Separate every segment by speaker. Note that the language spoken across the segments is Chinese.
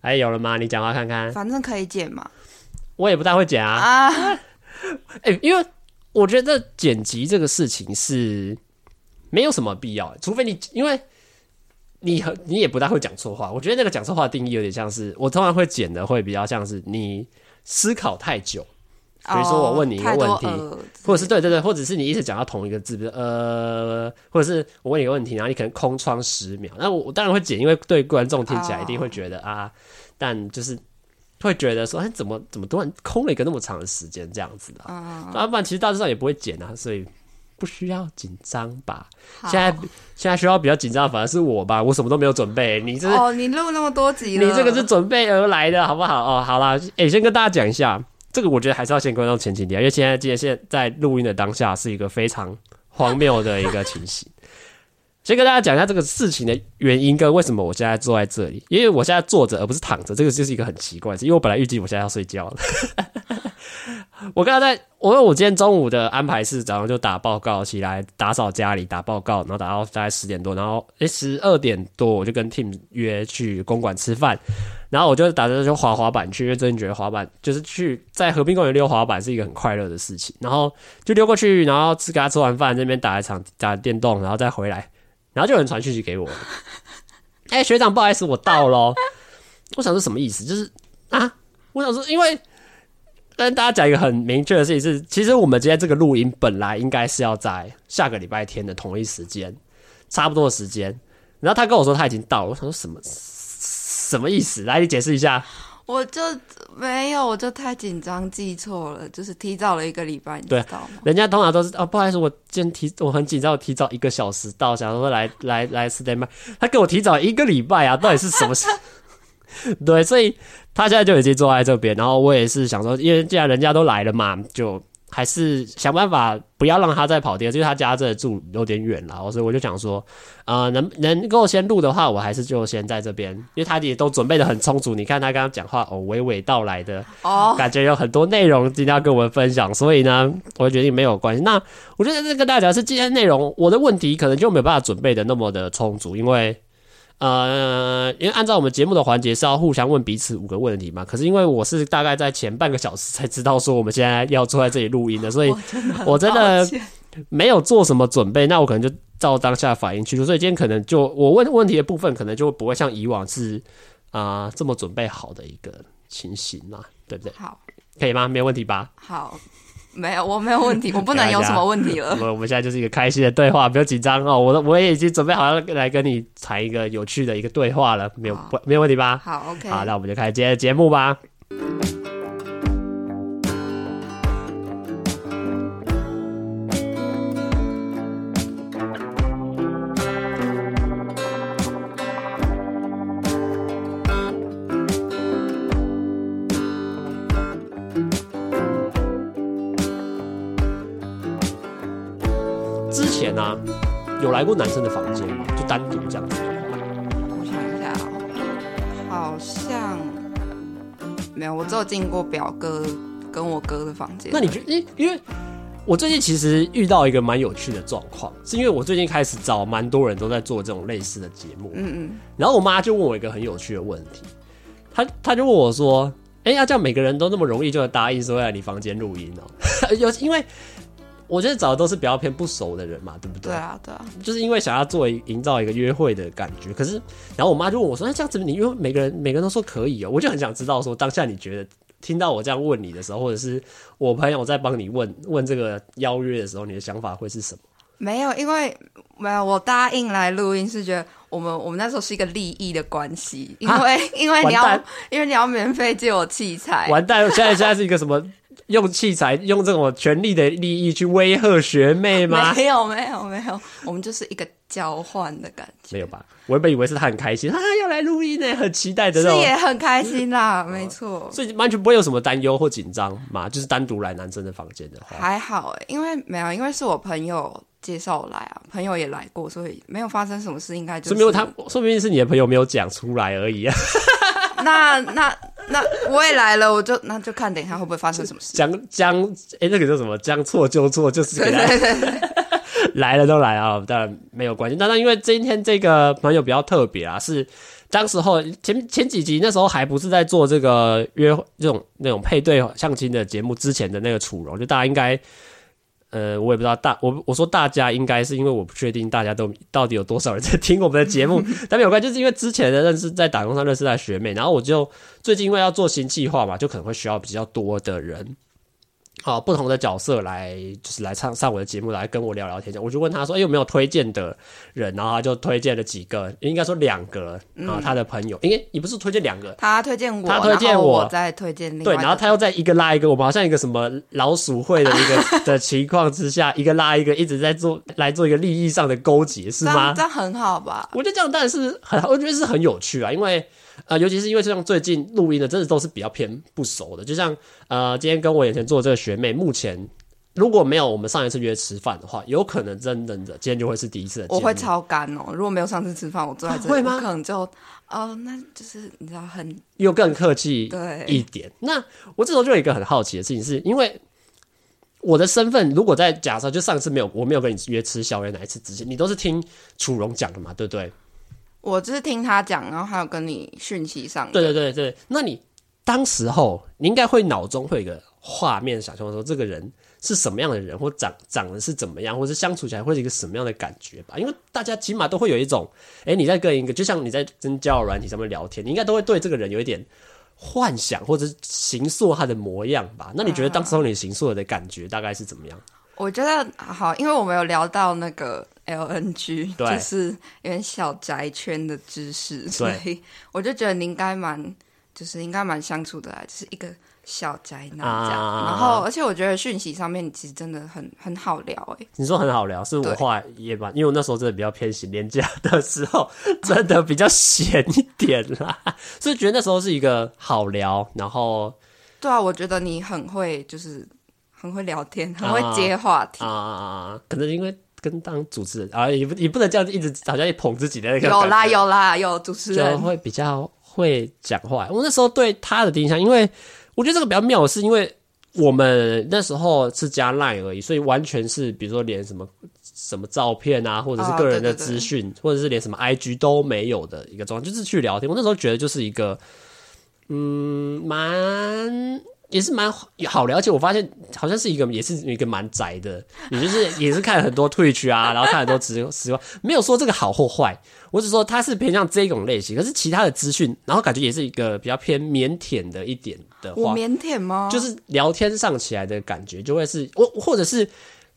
Speaker 1: 哎，有了吗？你讲话看看。
Speaker 2: 反正可以剪嘛。
Speaker 1: 我也不大会剪啊，
Speaker 2: 啊，
Speaker 1: 哎、因为我觉得剪辑这个事情是没有什么必要，除非你因为你很你也不大会讲错话。我觉得那个讲错话的定义有点像是我通常会剪的，会比较像是你思考太久， 比如说我问你一个问题，
Speaker 2: 哦太多呃
Speaker 1: 或者是对对对，或者是你一直讲到同一个字，比如呃，或者是我问你一个问题，然后你可能空窗十秒。那我我当然会剪，因为对观众听起来一定会觉得、啊，但就是会觉得说，哎，怎么怎么突然空了一个那么长的时间这样子的、啊？要、不然其实大致上也不会剪啊，所以不需要紧张吧。
Speaker 2: 好
Speaker 1: 现在现在需要比较紧张的反而是我吧，我什么都没有准备，你这是
Speaker 2: 哦，你录那么多集了，
Speaker 1: 你这个是准备而来的，好不好？哦，好啦，哎、先跟大家讲一下，这个我觉得还是要先跟观众前情提要，因为现在今天现在录音的当下是一个非常荒谬的一个情形。先跟大家讲一下这个事情的原因跟为什么我现在坐在这里，因为我现在坐着而不是躺着，这个就是一个很奇怪的事，因为我本来预计我现在要睡觉了。我刚才在，我因为我今天中午的安排是早上就打报告起来，打扫家里，打报告，然后打到大概十点多，然后诶十二点多我就跟 Tim 约去公馆吃饭，然后我就打算就滑滑板去，因为真的觉得滑板就是去在和平公园溜滑板是一个很快乐的事情。然后就溜过去，然后吃给他吃完饭，这边打一场打电动，然后再回来，然后就有人传讯息给我， 哎、学长，不好意思，我到喽。我想说什么意思？就是啊，我想说，因为跟大家讲一个很明确的事情是，其实我们今天这个录音本来应该是要在下个礼拜天的同一时间，差不多的时间。然后他跟我说他已经到了，我想说什么什么意思？来，你解释一下。
Speaker 2: 我就没有，我就太紧张记错了，就是提早了一个礼拜，你
Speaker 1: 对
Speaker 2: 知道吗？
Speaker 1: 人家通常都是哦，不好意思，我今天提我很紧张，我提早一个小时到，想说来来来 stand by，他给我提早一个礼拜啊，到底是什么事？ 对，所以他现在就已经坐在这边，然后我也是想说，因为既然人家都来了嘛，就还是想办法不要让他再跑第二次，因为他家这住有点远啦，啊所以我就想说，呃，能能够先录的话，我还是就先在这边，因为他也都准备的很充足，你看他刚刚讲话哦，娓娓道来的，
Speaker 2: 哦，
Speaker 1: 感觉有很多内容今天要跟我们分享，所以呢，我决定没有关系。那我觉得这跟大家讲是今天内容，我的问题可能就没有办法准备的那么的充足，因为呃，因为按照我们节目的环节是要互相问彼此五个问题嘛，可是因为我是大概在前半个小时才知道说我们现在要坐在这里录音的，所以
Speaker 2: 我真的很
Speaker 1: 我真的
Speaker 2: 抱歉
Speaker 1: 没有做什么准备，那我可能就照当下反应去做。所以今天可能就我问问题的部分，可能就不会像以往是啊、这么准备好的一个情形啦，对不对？
Speaker 2: 好
Speaker 1: 可以吗？没有问题吧？
Speaker 2: 好，没有，我没有 问题，我不能有什么问题
Speaker 1: 我
Speaker 2: 了。
Speaker 1: 们我们现在就是一个开心的对话，不要紧张哦。我都我也已经准备好要来跟你谈一个有趣的一个对话了，没有
Speaker 2: 好
Speaker 1: 不没有问题吧？
Speaker 2: 好，OK，
Speaker 1: 好，那我们就开始今天的节目吧。之前呢、有来过男生的房间吗？就单独这样子。
Speaker 2: 我想一下哦，好像没有，我只有进过表哥跟我哥的房间。
Speaker 1: 那你觉得？因因为我最近其实遇到一个蛮有趣的状况，是因为我最近开始找蛮多人都在做这种类似的节目，
Speaker 2: 嗯嗯，
Speaker 1: 然后我妈就问我一个很有趣的问题，她她就问我说：“哎、呀，这样每个人都那么容易就答应说要来你房间录音哦、 有因为我觉得找的都是比较偏不熟的人嘛，对不
Speaker 2: 对啊对啊，
Speaker 1: 就是因为想要做一营造一个约会的感觉。可是，然后我妈就问我说：“哎那、这样子你，因为每个人每个人都说可以哦、我就很想知道说当下你觉得听到我这样问你的时候，或者是我朋友在帮你问问这个邀约的时候，你的想法会是什么？
Speaker 2: 没有，因为没有我答应来录音是觉得我们我们那时候是一个利益的关系，因
Speaker 1: 啊
Speaker 2: 为 因为你
Speaker 1: 完
Speaker 2: 要
Speaker 1: 蛋
Speaker 2: 因为你要免费借我器材，
Speaker 1: 完蛋，现在现在是一个什么用器材用这种权利的利益去威吓学妹吗？
Speaker 2: 没有没有没有，我们就是一个交换的感觉，
Speaker 1: 没有吧？我原本以为是她很开心，哈、啊，要来录音呢，很期待的哦
Speaker 2: 是
Speaker 1: 那种。
Speaker 2: 也很开心啦，
Speaker 1: 哦
Speaker 2: 没错，
Speaker 1: 所以完全不会有什么担忧或紧张嘛，就是单独来男生的房间的话，
Speaker 2: 还好哎、因为没有，因为是我朋友介绍我来啊，朋友也来过，所以没有发生什么事，应该就是
Speaker 1: 说明他说明是你的朋友没有讲出来而已啊。
Speaker 2: 那那那我也来了，我就那就看等一下会不会发生什么事，
Speaker 1: 将将哎，那个叫什么？将错就错，就是给
Speaker 2: 对
Speaker 1: 他
Speaker 2: 对对对，
Speaker 1: 哦来了都来啊，当然没有关系。但那因为今天这个朋友比较特别啊，是当时候前前几集那时候还不是在做这个约会这种那种配对相亲的节目之前的那个楚柔，就大家应该，呃，我也不知道大我我说大家应该是因为我不确定大家都到底有多少人在听我们的节目， 但没有关系，就是因为之前的认识在打工上认识的学妹，然后我就最近因为要做新计划嘛，就可能会需要比较多的人。好，哦不同的角色来，就是来上上我的节目，来跟我聊聊天。我就问他说：“哎、有没有推荐的人？”然后他就推荐了几个，应该说两个
Speaker 2: 嗯
Speaker 1: 啊，他的朋友。因为你不是推荐两个，
Speaker 2: 他推荐我，
Speaker 1: 他推荐
Speaker 2: 然后
Speaker 1: 我
Speaker 2: 我再推荐另外
Speaker 1: 对，
Speaker 2: 一个
Speaker 1: 然后他又在一个拉一个，我们好像一个什么老鼠会的一个 的情况之下，一个拉一个，一直在做来做一个利益上的勾结，是
Speaker 2: 这
Speaker 1: 吗
Speaker 2: 样这？样很好吧？
Speaker 1: 我觉得这样当然是很，我觉得是很有趣啊，因为呃，尤其是因为像最近录音的，真的都是比较偏不熟的，就像呃，今天跟我眼前坐的这个学妹，目前如果没有我们上一次约吃饭的话，有可能真的今天就会是第一次的见
Speaker 2: 我
Speaker 1: 面。
Speaker 2: 会超干哦，如果没有上次吃饭，我坐在这里，
Speaker 1: 会吗
Speaker 2: 我可能就哦，那就是你知道很
Speaker 1: 又更客气
Speaker 2: 对
Speaker 1: 一点。那我这时候就有一个很好奇的事情是，因为我的身份如果在假设就上次没有我没有跟你约吃宵夜哪一次之前，你都是听楚荣讲的嘛，对不对？
Speaker 2: 我就是听他讲，然后还有跟你讯息上，
Speaker 1: 对对对对，那你当时候你应该会脑中会有一个画面想象说这个人是什么样的人，或长长得是怎么样，或是相处起来会是一个什么样的感觉吧？因为大家起码都会有一种，哎，你在跟一个就像你在跟交友软体上面聊天，你应该都会对这个人有一点。幻想或者是形塑他的模样吧，那你觉得当时候你形塑的感觉大概是怎么样？
Speaker 2: 我觉得好，因为我们有聊到那个 LNG，
Speaker 1: 对
Speaker 2: 就是有点小宅圈的知识，所
Speaker 1: 对
Speaker 2: 以我就觉得你应该蛮，就是应该蛮相处的啦，就是一个小宅男这样。
Speaker 1: 啊
Speaker 2: 然后，而且我觉得讯息上面你其实真的很很好聊、欸，
Speaker 1: 你说很好聊，是我
Speaker 2: 对
Speaker 1: 话也蛮，因为我那时候真的比较偏闲，廉价的时候真的比较闲一点啦，所以觉得那时候是一个好聊，然后
Speaker 2: 对啊，我觉得你很会，就是很会聊天，很
Speaker 1: 啊
Speaker 2: 会接话 题。
Speaker 1: 啊、可能因为跟当主持人啊，也不也不能这样子一直好像一捧自己的那个
Speaker 2: 有啦
Speaker 1: 感觉
Speaker 2: 有啦有主持
Speaker 1: 就
Speaker 2: 人，
Speaker 1: 会比较会讲话。我那时候对他的第一印象，因为我觉得这个比较妙的是，因为我们那时候是加 Line 而已，所以完全是比如说连什么什么照片啊，或者是
Speaker 2: 哦
Speaker 1: 个人的
Speaker 2: 对对对
Speaker 1: 资讯，或者是连什么 IG 都没有的一个状态，就是去聊天。我那时候觉得就是一个，嗯，蛮。也是蛮好好聊，而且我发现好像是一个也是一个蛮宅的，你就是也是看很多 Twitch 啊，然后看很多直直播，没有说这个好或坏，我只说他是偏向这种类型，可是其他的资讯，然后感觉也是一个比较偏腼腆的一点的
Speaker 2: 我
Speaker 1: 话，
Speaker 2: 腼腆哦吗？
Speaker 1: 就是聊天上起来的感觉就会是我，或者是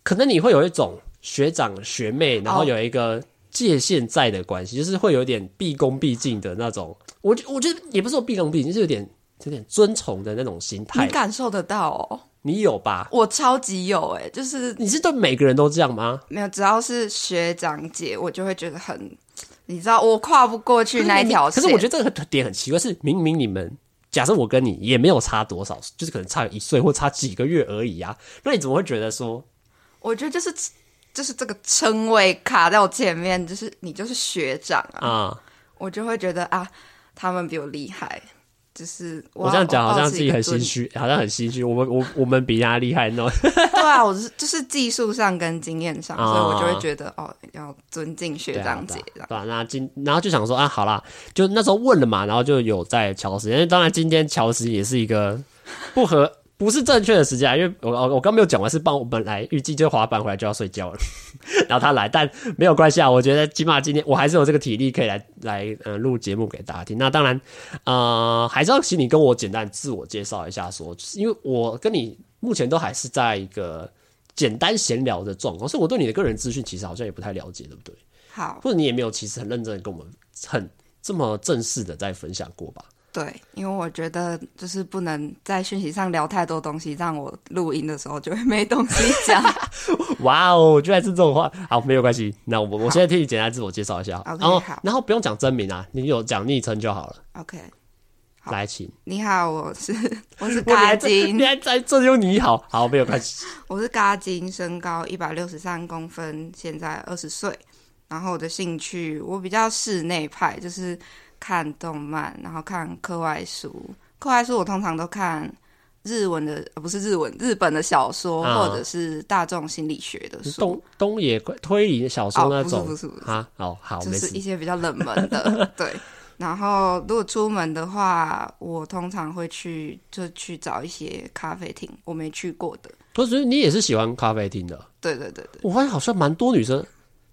Speaker 1: 可能你会有一种学长学妹，然后有一个界限在的关系，就是会有点毕恭毕敬的那种。我觉我觉得也不是说毕恭毕敬，就是有点有点尊崇的那种心态
Speaker 2: 你。感受得到哦，
Speaker 1: 你有吧？
Speaker 2: 我超级有哎、欸就是
Speaker 1: 你是对每个人都这样吗？
Speaker 2: 没有，只要是学长姐，我就会觉得很，你知道，我跨不过去那一条
Speaker 1: 可
Speaker 2: 线。
Speaker 1: 是我觉得这个点很奇怪，是明明你们假设我跟你也没有差多少，就是可能差一岁或差几个月而已啊，那你怎么会觉得说
Speaker 2: 我觉得就是就是这个称谓卡在我前面，就是你就是学长啊，
Speaker 1: 啊、
Speaker 2: 我就会觉得啊，他们比我厉害。就是我
Speaker 1: 我这样讲好像自
Speaker 2: 是
Speaker 1: 己很心。虚，好像很心虚。我们我我们比人家厉害那种。
Speaker 2: 对啊，我是就是技术上跟经验上，
Speaker 1: 啊
Speaker 2: 所以我就会觉得哦，要尊敬学
Speaker 1: 对啊
Speaker 2: 长姐这
Speaker 1: 对啊
Speaker 2: 样。
Speaker 1: 对啊那今然后就想说啊，好啦，就那时候问了嘛，然后就有在乔时间。因为当然今天乔时也是一个不合。不是正确的时间啊，因为我我我刚没有讲完，是帮我本来预计就滑板回来就要睡觉了， 然后他来，但没有关系啊，我觉得起码今天我还是有这个体力可以来来呃录节目给大家听。那当然，呃，还是要请你跟我简单自我介绍一下说就是因为我跟你目前都还是在一个简单闲聊的状况，所以我对你的个人资讯其实好像也不太了解，对不对？
Speaker 2: 好，
Speaker 1: 或者你也没有其实很认真的跟我们很这么正式的在分享过吧？
Speaker 2: 对，因为我觉得就是不能在讯息上聊太多东西，让我录音的时候就会没东西 讲。
Speaker 1: 哇哦，居然是这种话，好，没有关系。那我我现在替你简单自我介绍一下，
Speaker 2: OK，
Speaker 1: 然后
Speaker 2: 好
Speaker 1: 然后不用讲真名啊，你有讲昵称就好了。
Speaker 2: OK，好
Speaker 1: 来，请。
Speaker 2: 你好，我是我是
Speaker 1: 哇你
Speaker 2: 嘎
Speaker 1: 还真你
Speaker 2: 金，
Speaker 1: 还在这用你好，好，没有关 系。
Speaker 2: 我是嘎金，身高一百六十三公分，现在二十岁。然后我的兴趣，我比较室内派，就是看动漫，然后看课外书。课外书我通常都看日文的，呃、不是日文，日本的小说，
Speaker 1: 啊
Speaker 2: 或者是大众心理学的书。
Speaker 1: 东东野圭推理小说
Speaker 2: 哦
Speaker 1: 那
Speaker 2: 不是
Speaker 1: 种
Speaker 2: 不是不是
Speaker 1: 啊，哦，好，
Speaker 2: 就
Speaker 1: 没
Speaker 2: 是一
Speaker 1: 事。
Speaker 2: 些比较冷门的，对。然后如果出门的话，我通常会去就去找一些咖啡厅，我没去过的。
Speaker 1: 不是你也是喜欢咖啡厅的？
Speaker 2: 对对对对，
Speaker 1: 我发现好像蛮多女生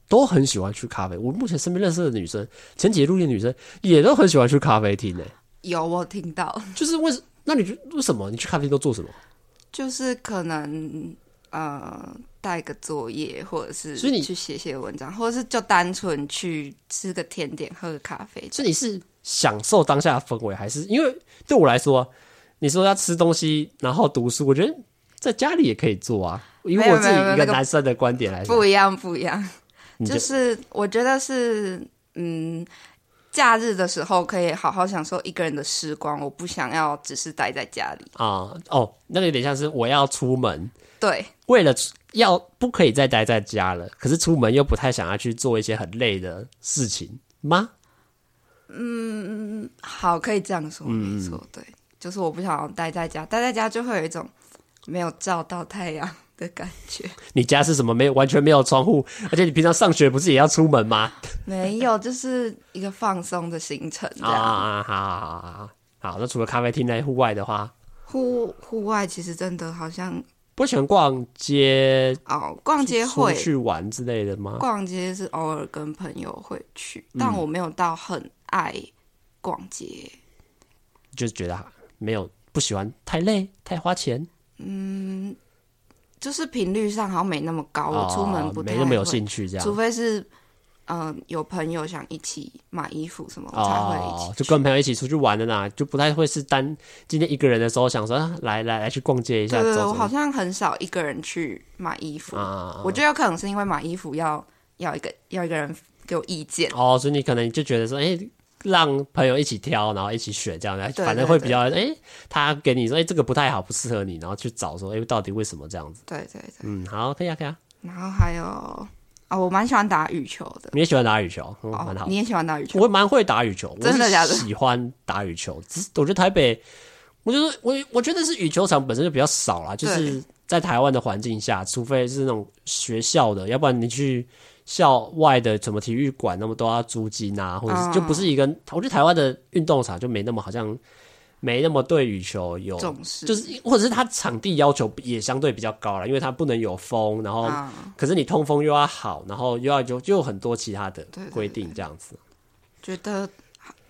Speaker 1: 都很喜欢去咖啡。我目前身边认识的女生，前几路的女生也都很喜欢去咖啡厅诶、
Speaker 2: 有我听到，
Speaker 1: 就是为什？那你就为什么你去咖啡厅都做什么？
Speaker 2: 就是可能呃带个作业，或者是
Speaker 1: 所以你
Speaker 2: 去写写文章，或者是就单纯去吃个甜点、喝个咖啡。
Speaker 1: 是你是享受当下的氛围，还是因为对我来说，你说要吃东西，然后读书，我觉得在家里也可以做啊。以
Speaker 2: 没有
Speaker 1: 我自己
Speaker 2: 没有没
Speaker 1: 一
Speaker 2: 有
Speaker 1: 个
Speaker 2: 那个
Speaker 1: 男生的观点来
Speaker 2: 不
Speaker 1: 说，
Speaker 2: 一样，不一样。
Speaker 1: 你就
Speaker 2: 就是我觉得是，嗯，假日的时候可以好好享受一个人的时光，我不想要只是待在家里。
Speaker 1: 啊、哦，那个有点像是我要出门，
Speaker 2: 对
Speaker 1: 为了出要不可以再待在家了，可是出门又不太想要去做一些很累的事情吗？
Speaker 2: 好，可以这样说，
Speaker 1: 嗯
Speaker 2: 没错，对，就是我不想要待在家，待在家就会有一种没有照到太阳的感觉。
Speaker 1: 你家是什么没有完全没有窗户，而且你平常上学不是也要出门吗？
Speaker 2: 没有，就是一个放松的行程这
Speaker 1: 啊
Speaker 2: 样。
Speaker 1: 啊，好好好好好，好那除了咖啡厅那户外的话，
Speaker 2: 户户外其实真的好像
Speaker 1: 不喜欢逛街、
Speaker 2: 哦，逛街
Speaker 1: 出
Speaker 2: 会
Speaker 1: 去玩之类的吗？
Speaker 2: 逛街是偶尔跟朋友会去，
Speaker 1: 嗯
Speaker 2: 但我没有到很爱逛街。
Speaker 1: 就是觉得啊没有不喜欢太累、太花钱，
Speaker 2: 就是频率上好像没那么高，
Speaker 1: 哦
Speaker 2: 我出门不太
Speaker 1: 没那么有
Speaker 2: 会
Speaker 1: 兴趣这
Speaker 2: 除
Speaker 1: 样。
Speaker 2: 非是嗯、呃有朋友想一起买衣服什么，我才会一
Speaker 1: 哦
Speaker 2: 起，去。
Speaker 1: 就跟朋友一起出去玩的啦，就不太会是单今天一个人的时候想说啊来来来去逛街一下，
Speaker 2: 对对对，
Speaker 1: 走
Speaker 2: 我
Speaker 1: 走
Speaker 2: 好像很少一个人去买衣服，
Speaker 1: 啊。
Speaker 2: 我觉得有可能是因为买衣服要要一个要一个人给我意见，
Speaker 1: 哦，所以你可能就觉得说，哎、让朋友一起挑，然后一起选这样来，
Speaker 2: 对
Speaker 1: 反正
Speaker 2: 对
Speaker 1: 会
Speaker 2: 对
Speaker 1: 比较，哎、他给你说，哎、这个不太好，不适合你，然后去找说，哎、到底为什么这样子？
Speaker 2: 对对对。
Speaker 1: 嗯，好，可以啊，可以啊。
Speaker 2: 然后还有哦，我蛮喜欢打羽球的，
Speaker 1: 你也喜欢打羽球，嗯，蛮、
Speaker 2: 哦，
Speaker 1: 好
Speaker 2: 你。也喜欢打羽球？
Speaker 1: 我蛮会打羽球，我
Speaker 2: 真的
Speaker 1: 是
Speaker 2: 假的
Speaker 1: 喜欢打羽球，只是我觉得台北，我觉得我我觉得是羽球场本身就比较少啦，就是在台湾的环境下，除非是那种学校的，要不然你去校外的什么体育馆，那么都要租金啊，或者
Speaker 2: 嗯
Speaker 1: 是就不是一个，我觉得台湾的运动场就没那么好像没那么对羽球有。
Speaker 2: 重视
Speaker 1: 就是，或者是它场地要求也相对比较高了，因为它不能有风，然后、
Speaker 2: 啊、
Speaker 1: 可是你通风又要好，然后又要有就有很多其他的
Speaker 2: 对对
Speaker 1: 规定这样子。
Speaker 2: 觉得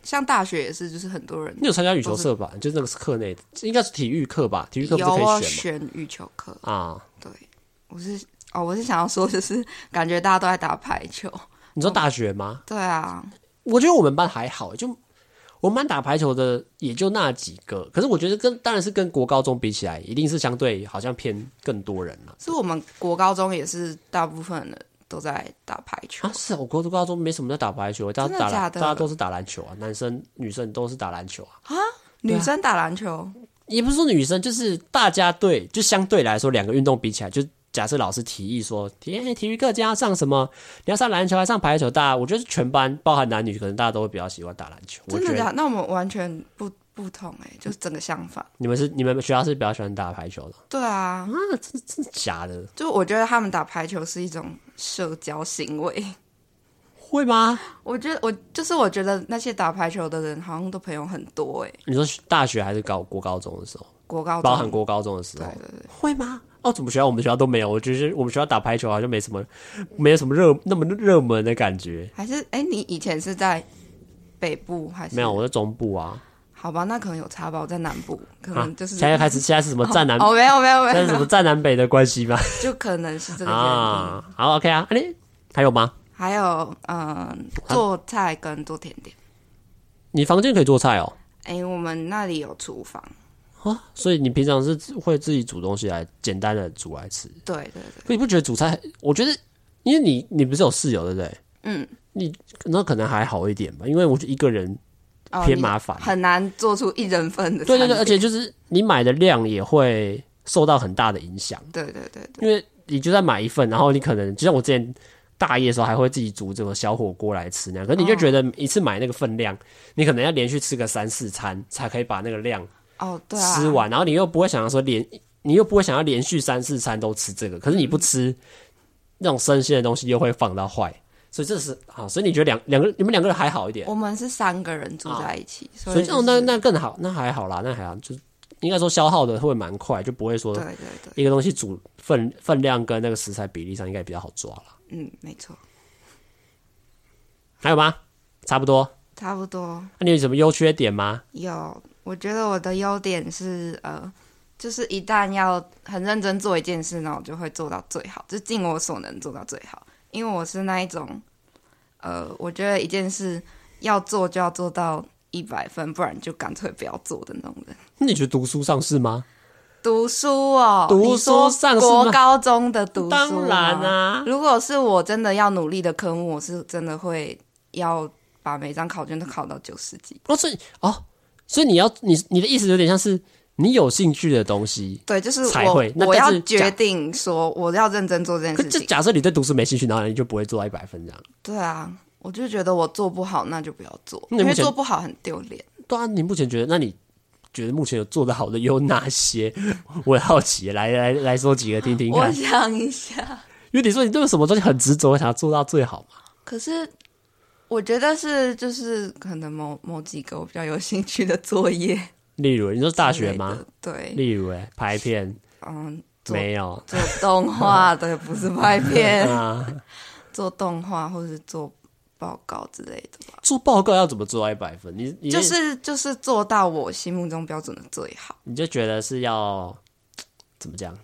Speaker 2: 像大学也是，哦就是很多人
Speaker 1: 你有参加羽球社吧？就是那个是课内的，应该是体育课吧？体育课不
Speaker 2: 有啊
Speaker 1: 是可
Speaker 2: 我
Speaker 1: 以选
Speaker 2: 选羽球课，
Speaker 1: 吗？啊，
Speaker 2: 对，我是哦，我是想要说，就是感觉大家都在打排球，
Speaker 1: 你
Speaker 2: 嗯
Speaker 1: 说大学吗？
Speaker 2: 对啊，
Speaker 1: 我觉得我们班还好，就我们班打排球的也就那几个。可是我觉得跟当然是跟国高中比起来，一定是相对好像偏更多人了。
Speaker 2: 是我们国高中也是大部分人都在打排球，
Speaker 1: 啊，是啊，我国中高中没什么在打排球，大家
Speaker 2: 真的
Speaker 1: 打
Speaker 2: 假
Speaker 1: 篮
Speaker 2: 的
Speaker 1: 大家都是打篮球啊，男生女生都是打篮球啊，
Speaker 2: 女生打篮球，
Speaker 1: 也不是说女生，就是大家对就相对来说两个运动比起来，就假设老师提议说，体哎体育课今天要上什么？你要上篮球还是上排球？大家我觉得全班包含男女，可能大家都会比较喜欢打篮球。
Speaker 2: 真
Speaker 1: 我
Speaker 2: 的
Speaker 1: 觉
Speaker 2: 假
Speaker 1: 得
Speaker 2: 的？那我们完全不不同哎、就是整个相反。
Speaker 1: 你们是你们学校是比较喜欢打排球的，
Speaker 2: 对啊，
Speaker 1: 真的假的？
Speaker 2: 就我觉得他们打排球是一种社交行为。
Speaker 1: 会吗？哦
Speaker 2: 我觉得我就是我觉得那些打排球的人好像都朋友很多哎、
Speaker 1: 你说大学还是高国高中的时候，
Speaker 2: 国高中
Speaker 1: 包含国高中的时
Speaker 2: 对
Speaker 1: 候，
Speaker 2: 对对，
Speaker 1: 会吗？哦，怎么学校我们学校都没有？我觉得我们学校打排球好像没什么，没有什么热那么热门的感觉。
Speaker 2: 还是哎、你以前是在北部还是
Speaker 1: 没有，我在中部啊，
Speaker 2: 好吧，那可能有差吧。我在南部，可
Speaker 1: 啊
Speaker 2: 能，嗯就是、
Speaker 1: 现在开始现在是什 么站南
Speaker 2: 哦，没有 没有没
Speaker 1: 但是什
Speaker 2: 有，
Speaker 1: 么站南北的关系吗？
Speaker 2: 就可能是这个原因。
Speaker 1: 啊，好，OK 啊，哎、还有吗？
Speaker 2: 还有，
Speaker 1: 啊
Speaker 2: 嗯，做菜跟做甜点。
Speaker 1: 你房间可以做菜哦，
Speaker 2: 哎、我们那里有厨房，
Speaker 1: 啊，所以你平常是会自己煮东西来简单的煮来吃。
Speaker 2: 对对对，
Speaker 1: 可你不觉得煮菜？我觉得，因为你你不是有室友对不对？
Speaker 2: 嗯，
Speaker 1: 你那可能还好一点吧，因为我觉得一个人
Speaker 2: 哦，
Speaker 1: 偏
Speaker 2: 你
Speaker 1: 麻烦。
Speaker 2: 很难做出一人份的。
Speaker 1: 对对对，而且，就是你买的量也会受到很大的影响。
Speaker 2: 对对对
Speaker 1: 因
Speaker 2: 对，
Speaker 1: 为你就算买一份，然后你可能就像我之前大一的时候还会自己煮这种小火锅来吃那样，可是你就觉得一次买那个分量，你可能要连续吃个三四餐才可以把那个量
Speaker 2: 哦，对啊，
Speaker 1: 吃完，然后你又不会想要说连，你又不会想要连续三四餐都吃这个，可是你不吃那种生鲜的东西又会放到坏，所以这是好，所以你觉得两两个你们两个人还好一点，
Speaker 2: 我们是三个人住在一起，所以
Speaker 1: 啊所以这种那
Speaker 2: 就是
Speaker 1: 那更好，那还好啦，那还好，就是应该说消耗的会蛮快，就不会说
Speaker 2: 对对对，
Speaker 1: 一个东西煮分分量跟那个食材比例上应该比较好抓了。
Speaker 2: 嗯，没错，
Speaker 1: 还有吗？差不多。
Speaker 2: 差不多
Speaker 1: 那、你有什么优缺点吗？
Speaker 2: 有。我觉得我的优点是呃，就是一旦要很认真做一件事，那我就会做到最好，就尽我所能做到最好。因为我是那一种，呃，我觉得一件事要做就要做到一百分，不然就干脆不要做的那种人。
Speaker 1: 那你觉得读书上是吗？
Speaker 2: 读书哦，
Speaker 1: 读
Speaker 2: 你说
Speaker 1: 书上是吗
Speaker 2: 国高中的读书，哦
Speaker 1: 当然。啊，
Speaker 2: 如果是我真的要努力的科目，我是真的会要把每张考卷都考到九十几。
Speaker 1: 哦，所以哦，所以你要你你的意思有点像是你有兴趣的东西。
Speaker 2: 对，就是
Speaker 1: 才
Speaker 2: 我
Speaker 1: 会那
Speaker 2: 我
Speaker 1: 但
Speaker 2: 要
Speaker 1: 是假
Speaker 2: 决定说我要认真做这件
Speaker 1: 可
Speaker 2: 事
Speaker 1: 就
Speaker 2: 情。
Speaker 1: 假设你对读书没兴趣，然后你就不会做到一百分这样。
Speaker 2: 对啊，我就觉得我做不好，那就不要做，
Speaker 1: 那你
Speaker 2: 因
Speaker 1: 目
Speaker 2: 为
Speaker 1: 前
Speaker 2: 做不好很丢脸。
Speaker 1: 对啊，你目前觉得，那你觉得目前有做得好的有哪些？ 我也好奇，来来来说几个听听
Speaker 2: 我
Speaker 1: 看。
Speaker 2: 想一下，
Speaker 1: 因为你说你对什么东西很执着，想要做到最好嘛？
Speaker 2: 可是我觉得是就是可能某某几个我比较有兴趣的作业之类的，
Speaker 1: 例如，你说 大学吗？
Speaker 2: 对，
Speaker 1: 例如、欸，拍片
Speaker 2: 嗯，做
Speaker 1: 没有
Speaker 2: 做动画的不是 拍片，
Speaker 1: 啊？
Speaker 2: 做动画或是做报告之类的吧。
Speaker 1: 做报告要怎么做到一百分？你你
Speaker 2: 就是就是做到我心目中标准的最好，
Speaker 1: 你就觉得是要怎么讲？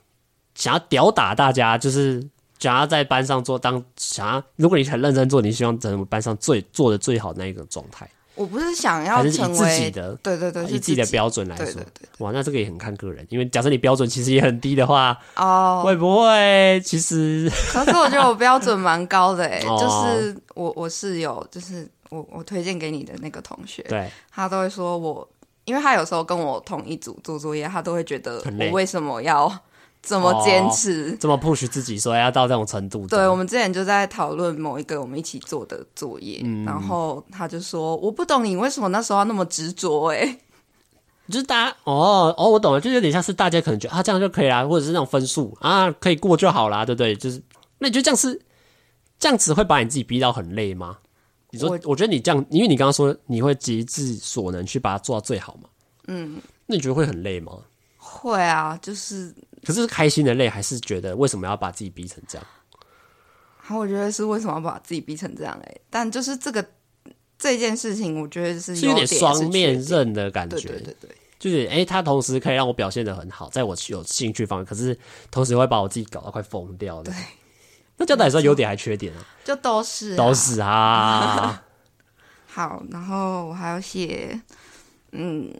Speaker 1: 想要吊打大家，就是想要在班上做当想要，如果你很认真做，你希望在我们班上最做的最好那一个状态，
Speaker 2: 我不是想要
Speaker 1: 还是以
Speaker 2: 成
Speaker 1: 自己
Speaker 2: 为，
Speaker 1: 的
Speaker 2: 对对对，
Speaker 1: 以
Speaker 2: 是
Speaker 1: 自己的标准来
Speaker 2: 对
Speaker 1: 说
Speaker 2: 对。对
Speaker 1: 哇，那这个也很看个人，因为假设你标准其实也很低的话，
Speaker 2: 哦。
Speaker 1: 会不会其实
Speaker 2: 可是我觉得我标准蛮高的诶，欸
Speaker 1: 哦，
Speaker 2: 就是我我室友，就是我我推荐给你的那个同学
Speaker 1: 对
Speaker 2: 他都会说我，因为他有时候跟我同一组做作业，他都会觉得
Speaker 1: 很累哦
Speaker 2: 我为什么要这么坚持？
Speaker 1: 这么 push 自己说要到这种程度？
Speaker 2: 对，我们之前就在讨论某一个我们一起做的作业，
Speaker 1: 嗯
Speaker 2: 然后他就说：“我不懂你为什么那时候要那么执着、欸。” 哎，
Speaker 1: 就是大家哦哦，我懂了，就有点像是大家可能觉得啊这样就可以啦，或者是那种分数啊可以过就好啦，对不对？就是那你就这样是这样子会把你自己逼到很累吗？你说，我
Speaker 2: 我
Speaker 1: 觉得你这样，因为你刚刚说你会极致所能去把它做到最好嘛，嗯，那你觉得会很累吗？
Speaker 2: 会啊，就是，
Speaker 1: 可是是开心的累，还是觉得为什么要把自己逼成这样？
Speaker 2: 然后我觉得是为什么要把自己逼成这样、欸？哎，但就是这个这件事情，我觉得是
Speaker 1: 是有点
Speaker 2: 点
Speaker 1: 双面
Speaker 2: 是缺点，
Speaker 1: 刃的感觉，
Speaker 2: 对对对对，
Speaker 1: 就是诶，他同时可以让我表现的很好，在我有兴趣方面，可是同时会把我自己搞到快疯掉的。那这样来说，优点还缺点啊？
Speaker 2: 就都是、啊、
Speaker 1: 都是啊，
Speaker 2: 好，然后我还要写，嗯，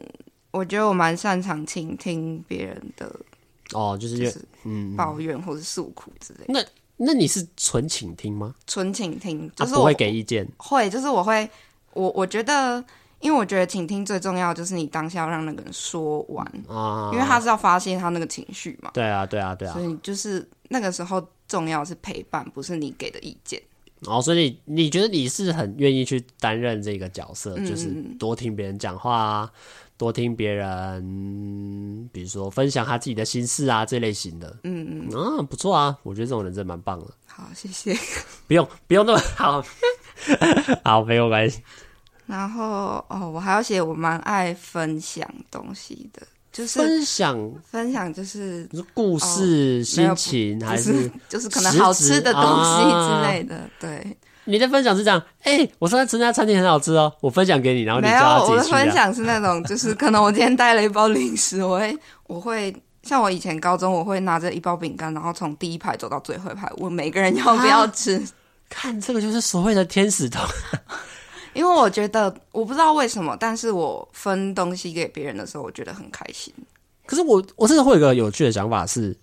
Speaker 2: 我觉得我蛮擅长倾听别人的，
Speaker 1: 哦，就是因
Speaker 2: 就
Speaker 1: 为
Speaker 2: 是抱怨或是诉苦之类的，
Speaker 1: 那那你是纯倾听吗？
Speaker 2: 纯倾听，
Speaker 1: 他
Speaker 2: 就
Speaker 1: 啊
Speaker 2: 是
Speaker 1: 不
Speaker 2: 我
Speaker 1: 会给意见
Speaker 2: 会，就是我会，我我觉得，因为我觉得倾听最重要就是你当下要让那个人说完，
Speaker 1: 啊？
Speaker 2: 因为他是要发泄他那个情绪嘛，
Speaker 1: 对啊，对啊，对啊
Speaker 2: 所。以就是那个时候重要是陪伴，不是你给的意见。
Speaker 1: 哦，所以你你觉得你是很愿意去担任这个角色，
Speaker 2: 嗯
Speaker 1: 就是多听别人讲话啊，多听别人，比如说分享他自己的心事啊这类型的。嗯嗯，啊，不错啊，我觉得这种人真的蛮棒的。
Speaker 2: 好，谢谢。
Speaker 1: 不用不用那么 好，好没有关系。
Speaker 2: 然后哦，我还要写我蛮爱分享东西的，就是
Speaker 1: 分享
Speaker 2: 分享就是
Speaker 1: 你说故事、
Speaker 2: 没有
Speaker 1: 心
Speaker 2: 不
Speaker 1: 情还
Speaker 2: 就是 是就是可能
Speaker 1: 实
Speaker 2: 好
Speaker 1: 质
Speaker 2: 吃的东西
Speaker 1: 啊
Speaker 2: 之类的，对。
Speaker 1: 你的分享是这样？哎、我上次吃那家餐厅很好吃哦，我分享给你，然后你
Speaker 2: 没
Speaker 1: 叫
Speaker 2: 有，
Speaker 1: 他
Speaker 2: 我
Speaker 1: 自
Speaker 2: 的
Speaker 1: 己去啊这样
Speaker 2: 分享是那种， 就是可能我今天带了一包零食，我会我会像我以前高中，我会拿着一包饼干，然后从第一排走到最后一排，问每个人要不要吃，
Speaker 1: 啊看这个就是所谓的天使投，
Speaker 2: 因为我觉得我不知道为什么，但是我分东西给别人的时候，我觉得很开心。
Speaker 1: 可是我我真的会有一个有趣的想法是，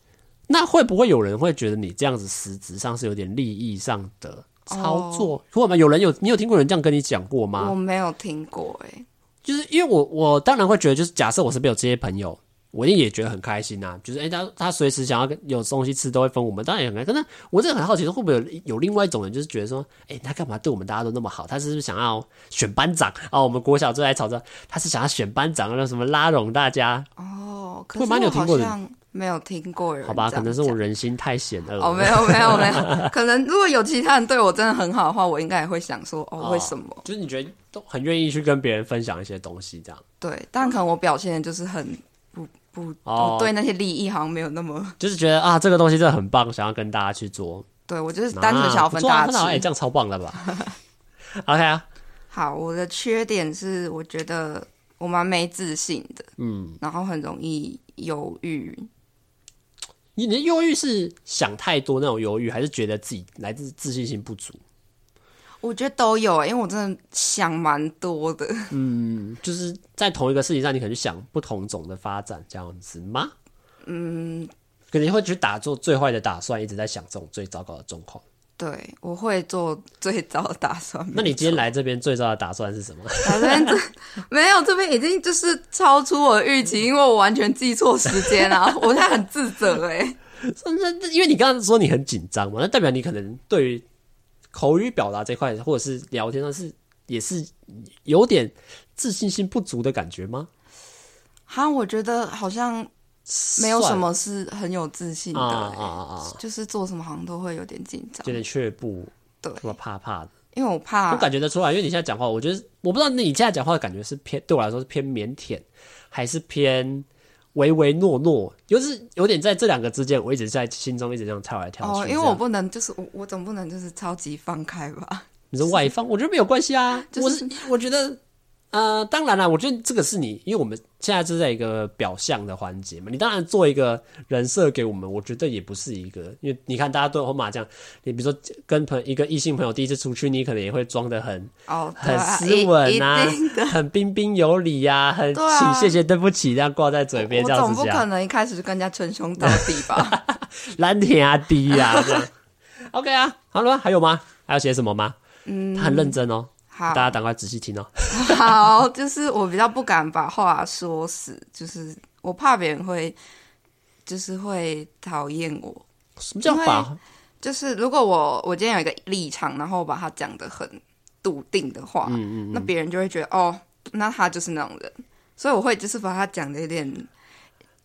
Speaker 1: 那会不会有人会觉得你这样子实质上是有点利益上的操作？
Speaker 2: 哦
Speaker 1: 或者吗？有人有你有听过人这样跟你讲过吗？
Speaker 2: 我没有听过、哎，
Speaker 1: 就是因为我我当然会觉得，就是假设我身边有这些朋友，我一定也觉得很开心啊。就是哎、诶他他随时想要跟有东西吃都会分我们，当然也很开心。但是我真的很好奇，说会不会有有另外一种人，就是觉得说，哎、他干嘛对我们大家都那么好？他是不是想要选班长啊、我们国小啊最爱吵着，他是想要选班长，让什么拉拢大家？
Speaker 2: 哦，可
Speaker 1: 会
Speaker 2: 是
Speaker 1: 吗你有
Speaker 2: 我
Speaker 1: 听
Speaker 2: 好
Speaker 1: 过的
Speaker 2: 像没有听过有人
Speaker 1: 好吧，
Speaker 2: 这
Speaker 1: 可
Speaker 2: 样
Speaker 1: 能是我
Speaker 2: 讲
Speaker 1: 人心太险恶了。
Speaker 2: 哦，没有没有没 有，可能如果有其他人对我真的很好的话，我应该也会想说
Speaker 1: 哦
Speaker 2: 哦，为什么？
Speaker 1: 就是你觉得都很愿意去跟别人分享一些东西，这样
Speaker 2: 对，但可能我表现的就是很不不，
Speaker 1: 哦
Speaker 2: 我对那些利益好像没有那么，
Speaker 1: 就是觉得啊，这个东西真的很棒，想要跟大家去做，
Speaker 2: 对我就是单纯
Speaker 1: 啊
Speaker 2: 想要分
Speaker 1: 不错啊
Speaker 2: 大
Speaker 1: 不
Speaker 2: 家
Speaker 1: 错啊哎、
Speaker 2: 吃。
Speaker 1: 这样超棒的吧 ？OK 啊，
Speaker 2: 好，我的缺点是我觉得我蛮没自信的，
Speaker 1: 嗯，
Speaker 2: 然后很容易犹豫，
Speaker 1: 你的忧郁是想太多那种忧郁，还是觉得自己来自自信心不足？
Speaker 2: 我觉得都有、欸因为我真的想蛮多的。
Speaker 1: 嗯，就是在同一个事情上，你可能去想不同种的发展这样子吗？嗯，可能会去打做最坏的打算，一直在想这种最糟糕的状况。
Speaker 2: 对，我会做最早的打算。
Speaker 1: 那你今天来这边最糟的打算是 什么？
Speaker 2: 反正这没有，这边已经就是超出我的预期，因为我完全记错时间 啊！我现在很自责哎、
Speaker 1: 那那因为你刚刚说你很紧张嘛，那代表你可能对于口语表达这块，或者是聊天上是也是有点自信心不足的感觉吗？
Speaker 2: 哈，我觉得好像没有什
Speaker 1: 算
Speaker 2: 么是很有自信的、
Speaker 1: 啊
Speaker 2: 欸，
Speaker 1: 啊啊啊，
Speaker 2: 就是做什么好像都会有点紧张
Speaker 1: 有。点却步，
Speaker 2: 对，
Speaker 1: 什么怕怕的，
Speaker 2: 因为我怕
Speaker 1: 我感觉得出来，因为你现在讲话，我觉得我不知道你现在讲话的感觉是偏对我来说是偏腼腆，还是偏唯唯诺诺，就是有点在这两个之间，我一直在心中一直这样跳来跳去
Speaker 2: 哦，
Speaker 1: 这样。
Speaker 2: 因为我不能就是我我总不能就是超级放 开吧？
Speaker 1: 你说外放，我觉得没有关系啊。
Speaker 2: 就
Speaker 1: 我
Speaker 2: 是
Speaker 1: 是我觉得，呃，当然啦，我觉得这个是你，因为我们现在是在一个表象的环节嘛。你当然做一个人设给我们，我觉得也不是一个，因为你看大家都有麻将，你比如说跟朋一个异性朋友第一次出去，你可能也会装的 很
Speaker 2: 哦，对
Speaker 1: 很
Speaker 2: 啊
Speaker 1: 斯文啊
Speaker 2: 一一定，
Speaker 1: 很彬彬有礼呀、很
Speaker 2: 对啊
Speaker 1: 请谢谢对不起这样挂在嘴边
Speaker 2: 我
Speaker 1: 这样
Speaker 2: 总
Speaker 1: 子
Speaker 2: 不
Speaker 1: 讲。
Speaker 2: 可能一开始就跟人家称兄道弟吧？
Speaker 1: 蓝天啊低呀、这样。OK 啊，好了吗，还有吗？还要写什么吗？嗯，他很认真哦，
Speaker 2: 好
Speaker 1: 大，家赶快仔细听哦。
Speaker 2: 好，就是我比较不敢把话说死，就是我怕别人会，就是会讨厌我。
Speaker 1: 什么叫法？
Speaker 2: 就是如果我我今天有一个立场，然后我把它讲得很笃定的
Speaker 1: 嗯
Speaker 2: 话，那别人就会觉得哦，那他就是那种人。所以我会就是把他讲的有点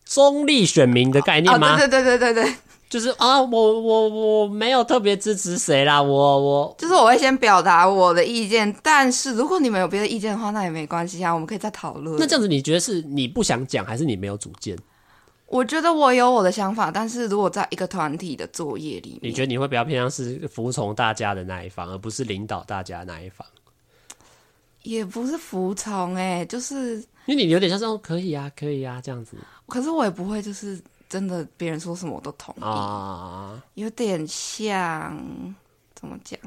Speaker 1: 中立选民的概
Speaker 2: 啊、
Speaker 1: 念吗？
Speaker 2: 对对对对对对，
Speaker 1: 就是啊，我我我没有特别支持谁啦，我我
Speaker 2: 就是我会先表达我的意见，但是如果你们有别的意见的话，那也没关系啊，我们可以再讨论。
Speaker 1: 那这样子，你觉得是你不想讲，还是你没有主见？
Speaker 2: 我觉得我有我的想法，但是如果在一个团体的作业里面，
Speaker 1: 你觉得你会比较偏向是服从大家的那一方，而不是领导大家的那一方？
Speaker 2: 也不是服从哎、就是，
Speaker 1: 因为你有点像是哦，可以啊，可以啊这样子
Speaker 2: 可是我也不会就是真的别人说什么我都同意，
Speaker 1: 啊，
Speaker 2: 有点像怎么讲？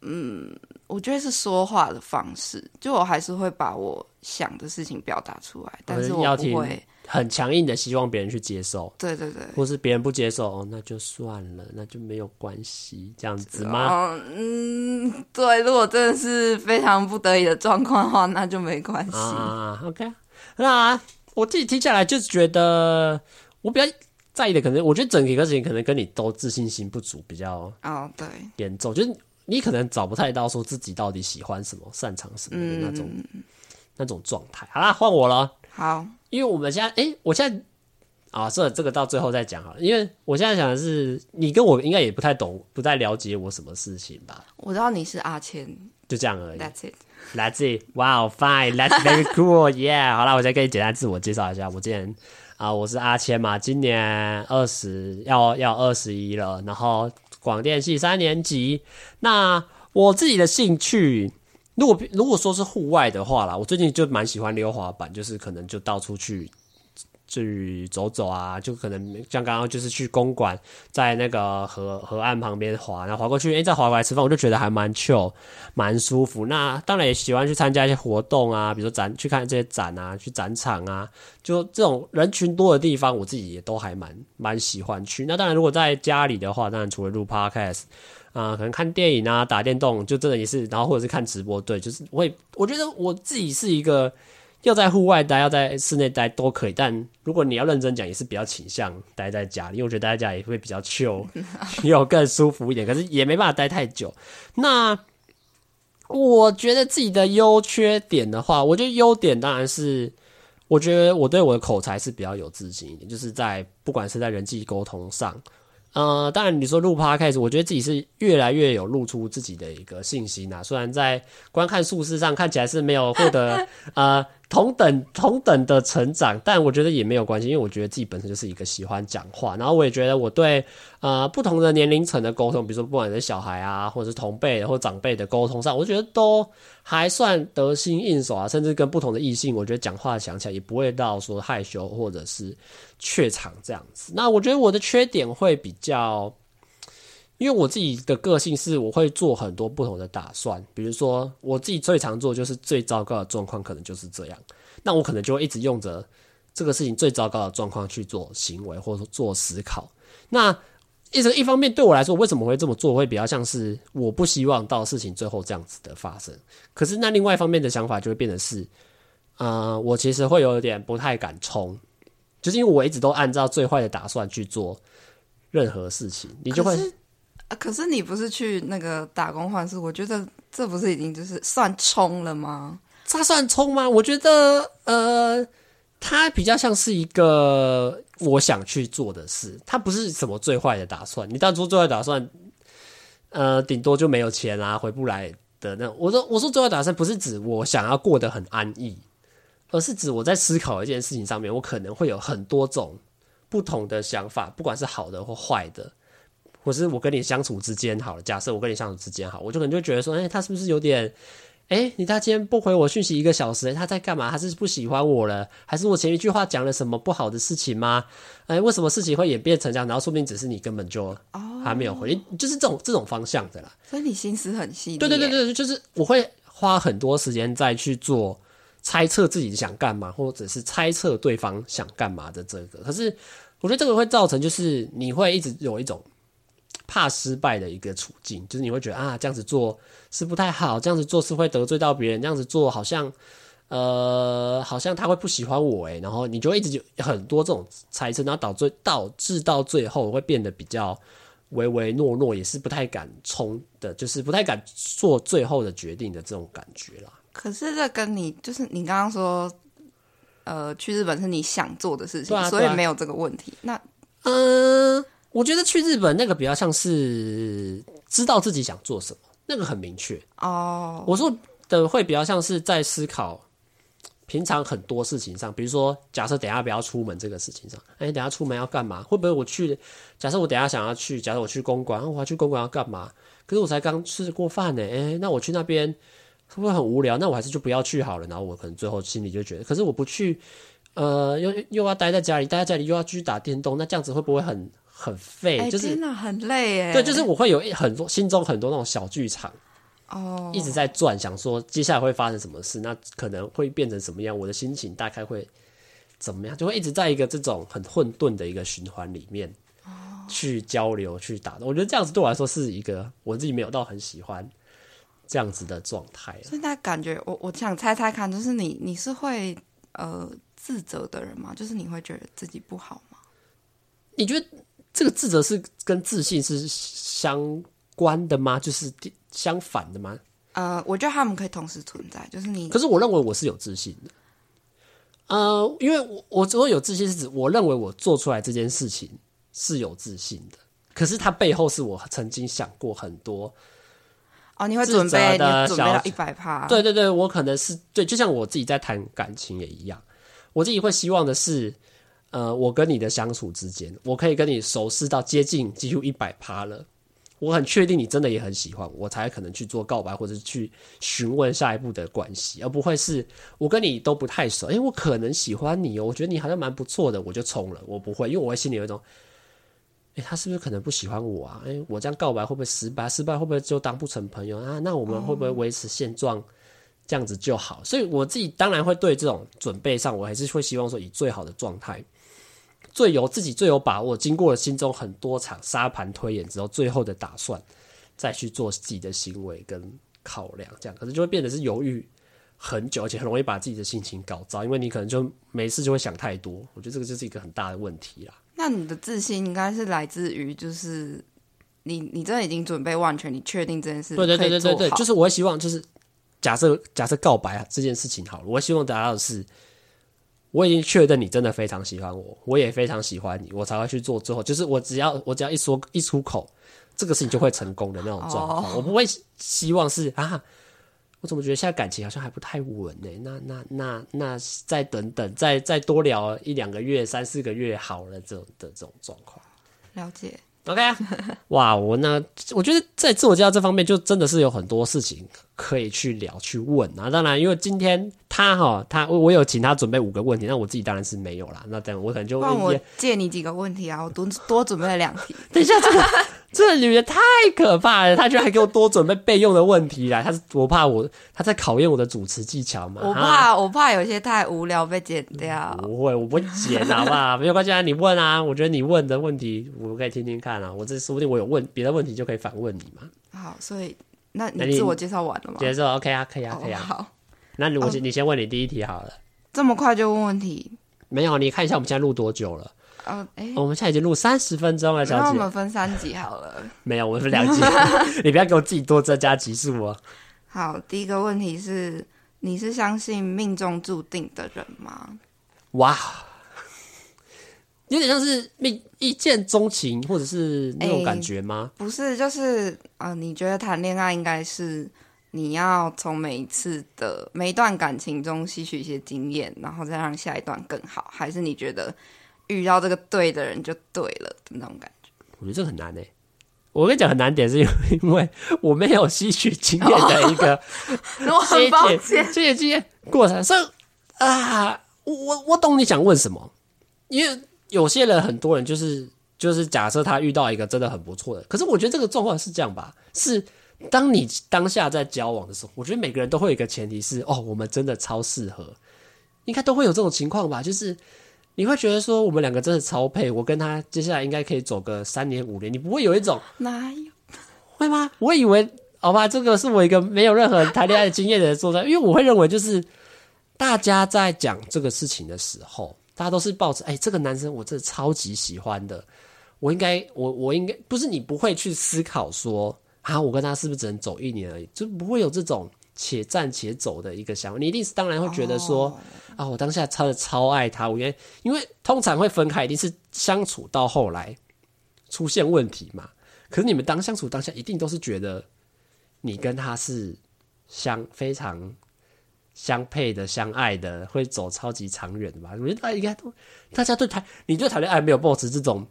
Speaker 2: 嗯，我觉得是说话的方式，就我还是会把我想的事情表达出来，但是
Speaker 1: 哦要
Speaker 2: 我
Speaker 1: 听
Speaker 2: 不会，
Speaker 1: 很强硬的希望别人去接受，
Speaker 2: 对对对，
Speaker 1: 或是别人不接受哦，那就算了，那就没有关系这样子吗？
Speaker 2: 嗯嗯，对，如果真的是非常不得已的状况的话，那就没关系。
Speaker 1: 啊，OK，那我自己听下来就是觉得我比较在意的，可能我觉得整体个事情可能跟你都自信心不足比较
Speaker 2: 哦，对，
Speaker 1: 严重，就是你可能找不太到说自己到底喜欢什么、擅长什么的那种、那种状态。好啦，换我了，
Speaker 2: 好，
Speaker 1: 因为我们现在，诶，我现在。啊，这这个到最后再讲好了，因为我现在想的是，你跟我应该也不太懂，不太了解我什么事情吧，
Speaker 2: 我知道你是阿谦
Speaker 1: 就这样而已。
Speaker 2: ，That's it。
Speaker 1: 来自于 Wow Fine That's Very Cool Yeah。好啦，我再跟你简单自我介绍一下，我今年啊、我是阿谦嘛，今年二十要要二十一了，然后广电系三年级。那我自己的兴趣。如果如果说是户外的话啦，我最近就蛮喜欢溜滑板，就是可能就到处去去走走啊，就可能像刚刚就是去公馆，在那个河河岸旁边滑，然后滑过去，诶、再滑回来吃饭，我就觉得还蛮 chill，蛮舒服。那当然也喜欢去参加一些活动啊，比如说展去看这些展啊，去展场啊，就这种人群多的地方，我自己也都还蛮蛮喜欢去。那当然，如果在家里的话，当然除了录 podcast 啊、可能看电影啊、打电动，就真的也是，然后或者是看直播，对，就是我也我觉得我自己是一个。要在户外待，要在室内待都可以，但如果你要认真讲，也是比较倾向待在家里，因为我觉得待在家里会比较 chill，又更舒服一点。可是也没办法待太久。那我觉得自己的优缺点的话，我觉得优点当然是，我觉得我对我的口才是比较有自信一点，就是在不管是在人际沟通上，呃，当然你说录 podcast，我觉得自己是越来越有露出自己的一个信心啊。虽然在观看数字上看起来是没有获得 呃同等同等的成长，但我觉得也没有关系，因为我觉得自己本身就是一个喜欢讲话，然后我也觉得我对呃不同的年龄层的沟通，比如说不管是小孩啊，或者是同辈的或长辈的沟通上，我觉得都还算得心应手啊。甚至跟不同的异性，我觉得讲话想起来也不会到说害羞或者是怯场这样子。那我觉得我的缺点会比较，因为我自己的个性是我会做很多不同的打算，比如说我自己最常做就是最糟糕的状况可能就是这样，那我可能就会一直用着这个事情最糟糕的状况去做行为或者做思考。那一直一方面对我来说，为什么会这么做，会比较像是我不希望到事情最后这样子的发生。可是那另外一方面的想法就会变得是，呃，我其实会有点不太敢冲，就是因为我一直都按照最坏的打算去做任何事情，你就会
Speaker 2: 可是、啊可是你不是去那个打工换宿？我觉得这不是已经就是算冲了吗？
Speaker 1: 他算冲吗？我觉得，呃，他比较像是一个我想去做的事，他不是什么最坏的打算。你当初最坏打算，呃，顶多就没有钱啊，回不来的那种。我说，我说最坏打算不是指我想要过得很安逸，而是指我在思考一件事情上面，我可能会有很多种不同的想法，不管是好的或坏的。或是我跟你相处之间好了，假设我跟你相处之间好，我就可能就觉得说，哎、他是不是有点哎、你他今天不回我讯息一个小时，哎诶他在干嘛？他是不喜欢我了，还是我前一句话讲了什么不好的事情吗？哎、为什么事情会演变成这样？然后说不定只是你根本就还没有回，你就是这种这种方向的啦。
Speaker 2: 所以你心思很细腻。
Speaker 1: 对对对，对，就是我会花很多时间再去做猜测自己想干嘛，或者是猜测对方想干嘛的这个。可是我觉得这个会造成，就是你会一直有一种怕失败的一个处境，就是你会觉得啊，这样子做是不太好，这样子做是会得罪到别人，这样子做好像。呃，好像他会不喜欢我欸诶，然后你就会一直有很多这种猜测，然后导致导致到最后会变得比较唯唯诺诺，也是不太敢冲的，就是不太敢做最后的决定的这种感觉啦。
Speaker 2: 可是这跟你就是你刚刚说，呃，去日本是你想做的事情，
Speaker 1: 对啊
Speaker 2: 所
Speaker 1: 对
Speaker 2: 以
Speaker 1: 啊
Speaker 2: 没有这个问题。那
Speaker 1: 嗯，我觉得去日本那个比较像是知道自己想做什么，那个很明确。
Speaker 2: 哦，
Speaker 1: 我说的会比较像是在思考平常很多事情上，比如说假设等一下不要出门这个事情上，哎、等一下出门要干嘛？会不会我去？假设我等一下想要去，假设我去公馆，啊我要去公馆要干嘛？可是我才刚吃过饭呢、哎、那我去那边会不会很无聊？那我还是就不要去好了。然后我可能最后心里就觉得，可是我不去，呃，又又要待在家里，待在家里又要继续打电动，那这样子会不会很很废？
Speaker 2: 哎、
Speaker 1: 就是
Speaker 2: 天哪，很累哎。
Speaker 1: 对，就是我会有一很多心中很多那种小剧场。
Speaker 2: 哦，
Speaker 1: 一直在转，想说接下来会发生什么事，那可能会变成什么样，我的心情大概会怎么样，就会一直在一个这种很混沌的一个循环里面去交流、去打斗。我觉得这样子对我来说是一个我自己没有到很喜欢这样子的状态啊。
Speaker 2: 所以那感觉，我我想猜猜看，就是你你是会呃自责的人吗？就是你会觉得自己不好吗？
Speaker 1: 你觉得这个自责是跟自信是相关的吗？就是相反的吗？
Speaker 2: 呃，我觉得他们可以同时存在，就是你
Speaker 1: 可是我认为我是有自信的。呃，因为我我所谓有自信是指我认为我做出来这件事情是有自信的，可是它背后是我曾经想过很多。
Speaker 2: 哦，你会
Speaker 1: 自
Speaker 2: 准备，
Speaker 1: 责
Speaker 2: 你
Speaker 1: 的
Speaker 2: 会准备到
Speaker 1: 小
Speaker 2: 一百趴，
Speaker 1: 对对对，我可能是对，就像我自己在谈感情也一样，我自己会希望的是，呃，我跟你的相处之间，我可以跟你熟识到接近几乎一百趴了。我很确定你真的也很喜欢我，我才可能去做告白或者是去询问下一步的关系，而不会是我跟你都不太熟，诶、我可能喜欢你哦，我觉得你好像蛮不错的，我就冲了。我不会，因为我会心里有一种，诶、他是不是可能不喜欢我啊？诶、我这样告白会不会失败？失败会不会就当不成朋友啊？那我们会不会维持现状？这样子就好，所以我自己当然会对这种准备上，我还是会希望说以最好的状态，最有自己最有把握，经过了心中很多场沙盘推演之后，最后的打算，再去做自己的行为跟考量，这样可是就会变得是犹豫很久，而且很容易把自己的心情搞糟，因为你可能就没事就会想太多。我觉得这个就是一个很大的问题啊啦。
Speaker 2: 那你的自信应该是来自于就是你你真的已经准备万全，你确定这件事
Speaker 1: 对对对对对
Speaker 2: 可以
Speaker 1: 对，
Speaker 2: 做好
Speaker 1: 就是我会啊希望，就是假设假设告白这件事情好了，我会希望达到的是，我已经确认你真的非常喜欢我，我也非常喜欢你，我才会去做最后，就是我只要我只要一说一出口，这个事情就会成功的那种状况。
Speaker 2: 哦
Speaker 1: 我不会希希望是啊，我怎么觉得现在感情好像还不太稳呢、那那那那再等等，再再多聊一两个月、三四个月好了，这种的这种状况。
Speaker 2: 了解，
Speaker 1: OK，哇，我那我觉得在自我介绍这方面，就真的是有很多事情可以去聊、去问啊。当然，因为今天他哈，他我我有请他准备五个问题，那我自己当然是没有啦。那等我可能就
Speaker 2: 不然我借你几个问题啊，我多多准备了两 题。
Speaker 1: 等一下，这个这个女的太可怕了，她居然还给我多准备备用的问题来，她是我怕我她在考验我的主持技巧嘛？
Speaker 2: 我
Speaker 1: 哈
Speaker 2: 怕我怕有些太无聊被剪掉。
Speaker 1: 不会，我不会剪，好不好？没有关系啊，你问啊，我觉得你问的问题我可以听听看啊，我这说不定我有问别的问题就可以反问你嘛。
Speaker 2: 好，所以那
Speaker 1: 那
Speaker 2: 你
Speaker 1: 你
Speaker 2: 自我介绍完了吗？
Speaker 1: 接受 OK 啊，可以啊，可以
Speaker 2: 哦，
Speaker 1: 啊。
Speaker 2: 好，
Speaker 1: 那如果你先问你第一题好了，
Speaker 2: 这么快就问问题？
Speaker 1: 没有？你看一下我们现在录多久了？
Speaker 2: 嗯，哎，
Speaker 1: 我们现在已经录三十分钟了，
Speaker 2: 那
Speaker 1: 哦小
Speaker 2: 我
Speaker 1: 姐。
Speaker 2: 们分三集好了。
Speaker 1: 没有，我们是两集，你不要给我自己多增加集数哦。
Speaker 2: 好，第一个问题是，你是相信命中注定的人吗？
Speaker 1: 哇，有点像是命一见钟情，或者是那种
Speaker 2: 哎
Speaker 1: 感觉吗？
Speaker 2: 不是，就是呃，你觉得谈恋爱应该是你要从每一次的每一段感情中吸取一些经验，然后再让下一段更好，还是你觉得遇到这个对的人就对了的那种感觉？
Speaker 1: 我觉得这个很难诶、欸我跟你讲很难点，是因为因为我没有吸取经验的一个
Speaker 2: 我很抱歉，
Speaker 1: 这些经验过程，所以啊，我我我懂你想问什么，因为有些人很多人就是就是假设他遇到一个真的很不错的，可是我觉得这个状况是这样吧，是当你当下在交往的时候，我觉得每个人都会有一个前提是哦，我们真的超适合，应该都会有这种情况吧，就是。你会觉得说我们两个真的超配，我跟他接下来应该可以走个三年五年，你不会有一种
Speaker 2: 哪有？
Speaker 1: 会吗？我以为，好吧，这个是我一个没有任何谈恋爱经验的人做出来，因为我会认为就是大家在讲这个事情的时候，大家都是抱着哎、这个男生我真的超级喜欢的，我应该，我我应该不是你不会去思考说啊，我跟他是不是只能走一年而已，就不会有这种且战且走的一个想法。你一定是当然会觉得说、啊，我当下超的超爱他，我原因为通常会分开，一定是相处到后来出现问题嘛。可是你们当相处当下，一定都是觉得你跟他是相非常相配的、相爱的，会走超级长远的吧？我觉得大家应该都，大家对谈，你对谈恋爱没有抱持这种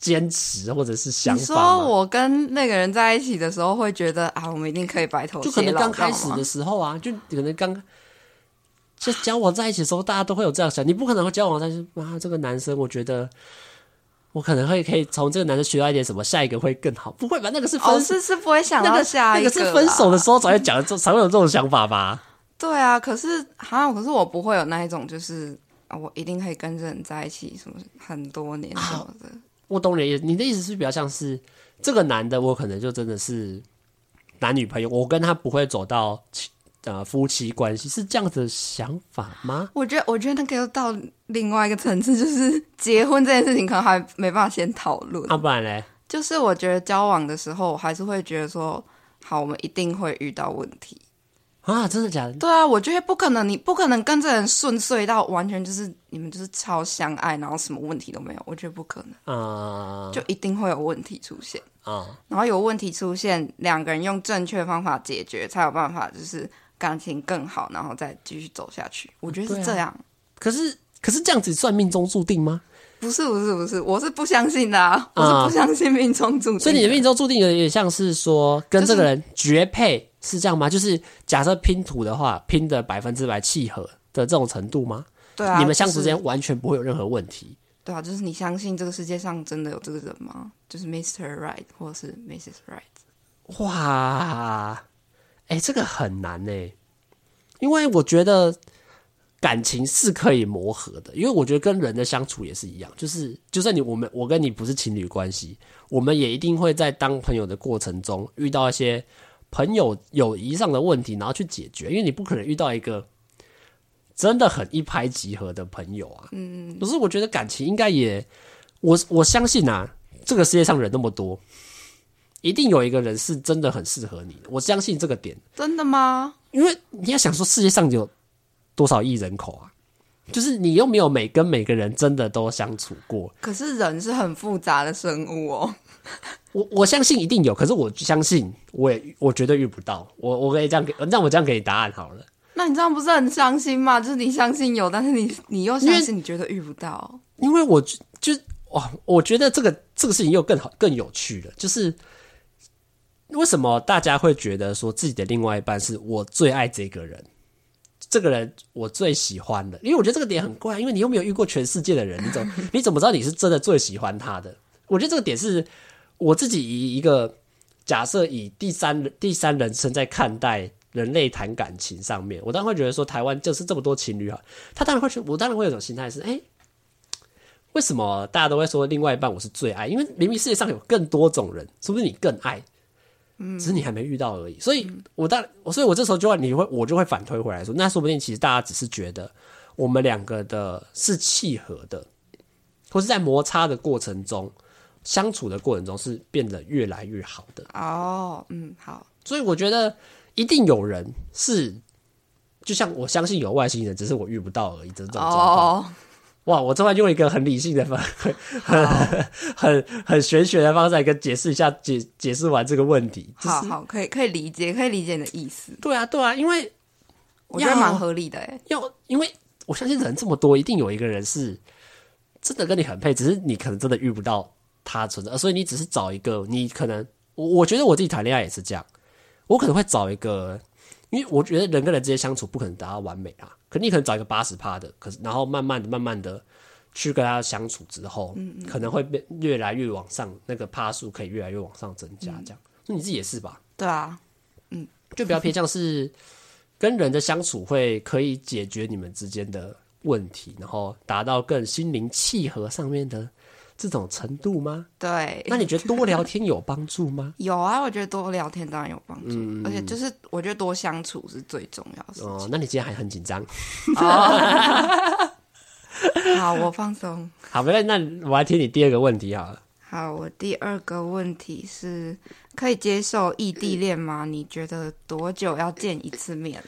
Speaker 1: 坚持或者是想
Speaker 2: 你
Speaker 1: 法
Speaker 2: 说
Speaker 1: 吗？
Speaker 2: 我跟那个人在一起的时候，会觉得啊，我们一定可以白头
Speaker 1: 就可
Speaker 2: 偕
Speaker 1: 能
Speaker 2: 老，
Speaker 1: 刚开始
Speaker 2: 知道
Speaker 1: 的
Speaker 2: 吗
Speaker 1: 时候啊，就可能刚就交往在一起的时候，大家都会有这样想，你不可能会交往在一起，哇，这个男生我觉得。我可能会可以从这个男生学到一点什么，下一个会更好，不会吧？那个是分
Speaker 2: 哦，是是不会想
Speaker 1: 那
Speaker 2: 到
Speaker 1: 个
Speaker 2: 下一啊
Speaker 1: 那个
Speaker 2: 啦
Speaker 1: 是分手的时候才会讲的这才会有这种想法吧？
Speaker 2: 对啊，可是哈，可是我不会有那一种，就是啊，我一定可以跟这人在一起，什么很多年什么的。
Speaker 1: 我懂你的意思，你的意思是比较像是这个男的，我可能就真的是男女朋友，我跟他不会走到亲呃夫妻关系，是这样子的想法吗？
Speaker 2: 我觉得，我觉得那个又到另外一个层次，就是结婚这件事情，可能还没办法先讨论。
Speaker 1: 啊，不然嘞，
Speaker 2: 就是我觉得交往的时候，我还是会觉得说，好，我们一定会遇到问题。
Speaker 1: 啊，真的假的？
Speaker 2: 对啊，我觉得不可能，你不可能跟这人顺遂到完全就是你们就是超相爱，然后什么问题都没有，我觉得不可能，
Speaker 1: 啊
Speaker 2: 就一定会有问题出现。
Speaker 1: 啊，
Speaker 2: 然后有问题出现，两个人用正确方法解决，才有办法就是感情更好，然后再继续走下去。我觉得
Speaker 1: 对
Speaker 2: 是
Speaker 1: 啊
Speaker 2: 这样，
Speaker 1: 可是可是这样子算命中注定吗？
Speaker 2: 不是不是不是，我是不相信的、啊，我
Speaker 1: 啊
Speaker 2: 是不相信命中注定。
Speaker 1: 哦所以你的命中注定有点像是说跟这个人绝配，是这样吗？就是假设拼图的话，拼的百分之百契合的这种程度吗？
Speaker 2: 对啊，
Speaker 1: 你们相处之
Speaker 2: 就是
Speaker 1: 间完全不会有任何问题。
Speaker 2: 对啊，就是你相信这个世界上真的有这个人吗？就是 Mr. Right 或者是 Mrs. Right。
Speaker 1: 哇，哎、这个很难呢、因为我觉得感情是可以磨合的，因为我觉得跟人的相处也是一样，就是就算你我们我跟你不是情侣关系，我们也一定会在当朋友的过程中遇到一些朋友友谊上的问题，然后去解决，因为你不可能遇到一个。真的很一拍即合的朋友啊，嗯，可是我觉得感情应该也，我我相信啊，这个世界上人那么多，一定有一个人是真的很适合你的，我相信这个点，
Speaker 2: 真的吗？
Speaker 1: 因为你要想说世界上有多少亿人口啊，就是你又没有每跟每个人真的都相处过。
Speaker 2: 可是人是很复杂的生物哦。
Speaker 1: 我我相信一定有，可是我相信我也我绝对遇不到。我我可以这样给，让我这样给你答案好了。
Speaker 2: 那你这样不是很伤心吗？就是你相信有，但是你你又相信你觉得遇不到，
Speaker 1: 因为我就就哇，我觉得这个这个事情又更好更有趣了，就是为什么大家会觉得说自己的另外一半是我最爱这个人，这个人我最喜欢的？因为我觉得这个点很怪，因为你又没有遇过全世界的人，你怎么你怎么知道你是真的最喜欢他的？我觉得这个点是我自己以一个假设以第三人第三人称在看待。人类谈感情上面，我当然会觉得说，台湾就是这么多情侣啊，他当然会觉，我当然会有一种心态是，哎、为什么大家都会说另外一半我是最爱？因为明明世界上有更多种人，是不是你更爱？嗯，只是你还没遇到而已。所以，我当所以，我这时候就会，你会，我就会反推回来说，那说不定其实大家只是觉得我们两个的是契合的，或是在摩擦的过程中、相处的过程中是变得越来越好的。
Speaker 2: 哦，嗯，好，
Speaker 1: 所以我觉得一定有人是，就像我相信有外星人，只是我遇不到而已，这种状况。
Speaker 2: 哦，
Speaker 1: 哇，我突然用一个很理性的方，很
Speaker 2: 哦
Speaker 1: 很很很玄学的方式来跟解释一下解解释完这个问题。就是
Speaker 2: 好好，可以可以理解，可以理解你的意思，
Speaker 1: 对啊，对啊，因为
Speaker 2: 我觉得
Speaker 1: 要
Speaker 2: 蛮合理的哎。
Speaker 1: 要因为我相信人这么多，一定有一个人是真的跟你很配，只是你可能真的遇不到他存在，所以你只是找一个你可能，我我觉得我自己谈恋爱也是这样，我可能会找一个，因为我觉得人跟人之间相处不可能达到完美啊，可你可能找一个八十趴的，可是然后慢慢的、慢慢的去跟他相处之后，可能会变越来越往上，那个趴数可以越来越往上增加，这样，那你自己也是吧？
Speaker 2: 对啊，
Speaker 1: 就比较偏向是跟人的相处会可以解决你们之间的问题，然后达到更心灵契合上面的这种程度吗？
Speaker 2: 对，？
Speaker 1: 那你觉得多聊天有帮助吗
Speaker 2: 有啊，我觉得多聊天当然有帮助，而且就是我觉得多相处是最重要的事
Speaker 1: 嗯哦，那你今天还很紧张？
Speaker 2: 好，我放松。
Speaker 1: 好，没关系，那我来听你第二个问题好了。
Speaker 2: 好，我第二个问题是，可以接受异地恋吗？你觉得多久要见一次面？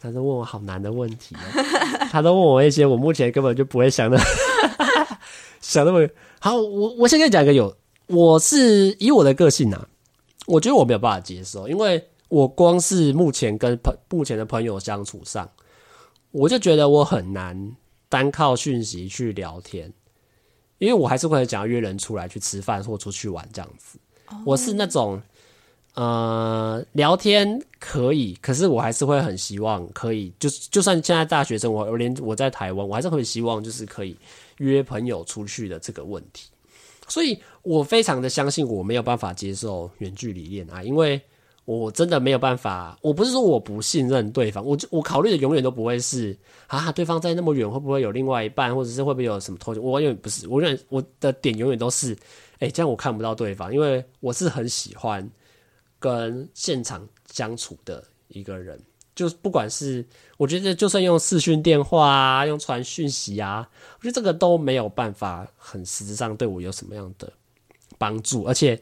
Speaker 1: 他都问我好难的问题、哦， 他都问我一些我目前根本就不会想的， 想那么好。我我先跟你讲一个有，我是以我的个性啊，我觉得我没有办法接受，因为我光是目前跟朋目前的朋友相处上，我就觉得我很难单靠讯息去聊天，因为我还是会想要约人出来去吃饭或出去玩这样子。我是那种呃，聊天可以，可是我还是会很希望可以，就是就算现在大学生活，我连我在台湾，我还是很希望就是可以约朋友出去的这个问题。所以我非常的相信我没有办法接受远距离恋爱，因为我真的没有办法。我不是说我不信任对方，我就我考虑的永远都不会是啊，对方在那么远会不会有另外一半，或者是会不会有什么偷情？我永远不是，我永远我的点永远都是，哎、这样我看不到对方，因为我是很喜欢跟现场相处的一个人，就是不管是我觉得，就算用视讯电话啊，用传讯息啊，我觉得这个都没有办法很实质上对我有什么样的帮助，而且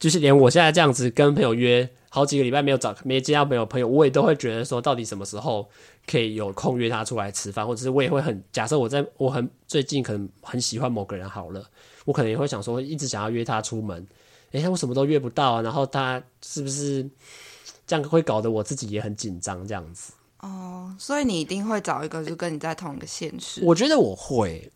Speaker 1: 就是连我现在这样子跟朋友约好几个礼拜没有找没见到朋友朋友，我也都会觉得说，到底什么时候可以有空约他出来吃饭，或者是我也会很假设我在我很最近可能很喜欢某个人好了，我可能也会想说一直想要约他出门，诶，他为什么都约不到啊？然后他是不是这样会搞得我自己也很紧张？这样子，
Speaker 2: 哦，所以你一定会找一个就跟你在同一个县市。
Speaker 1: 我觉得我会，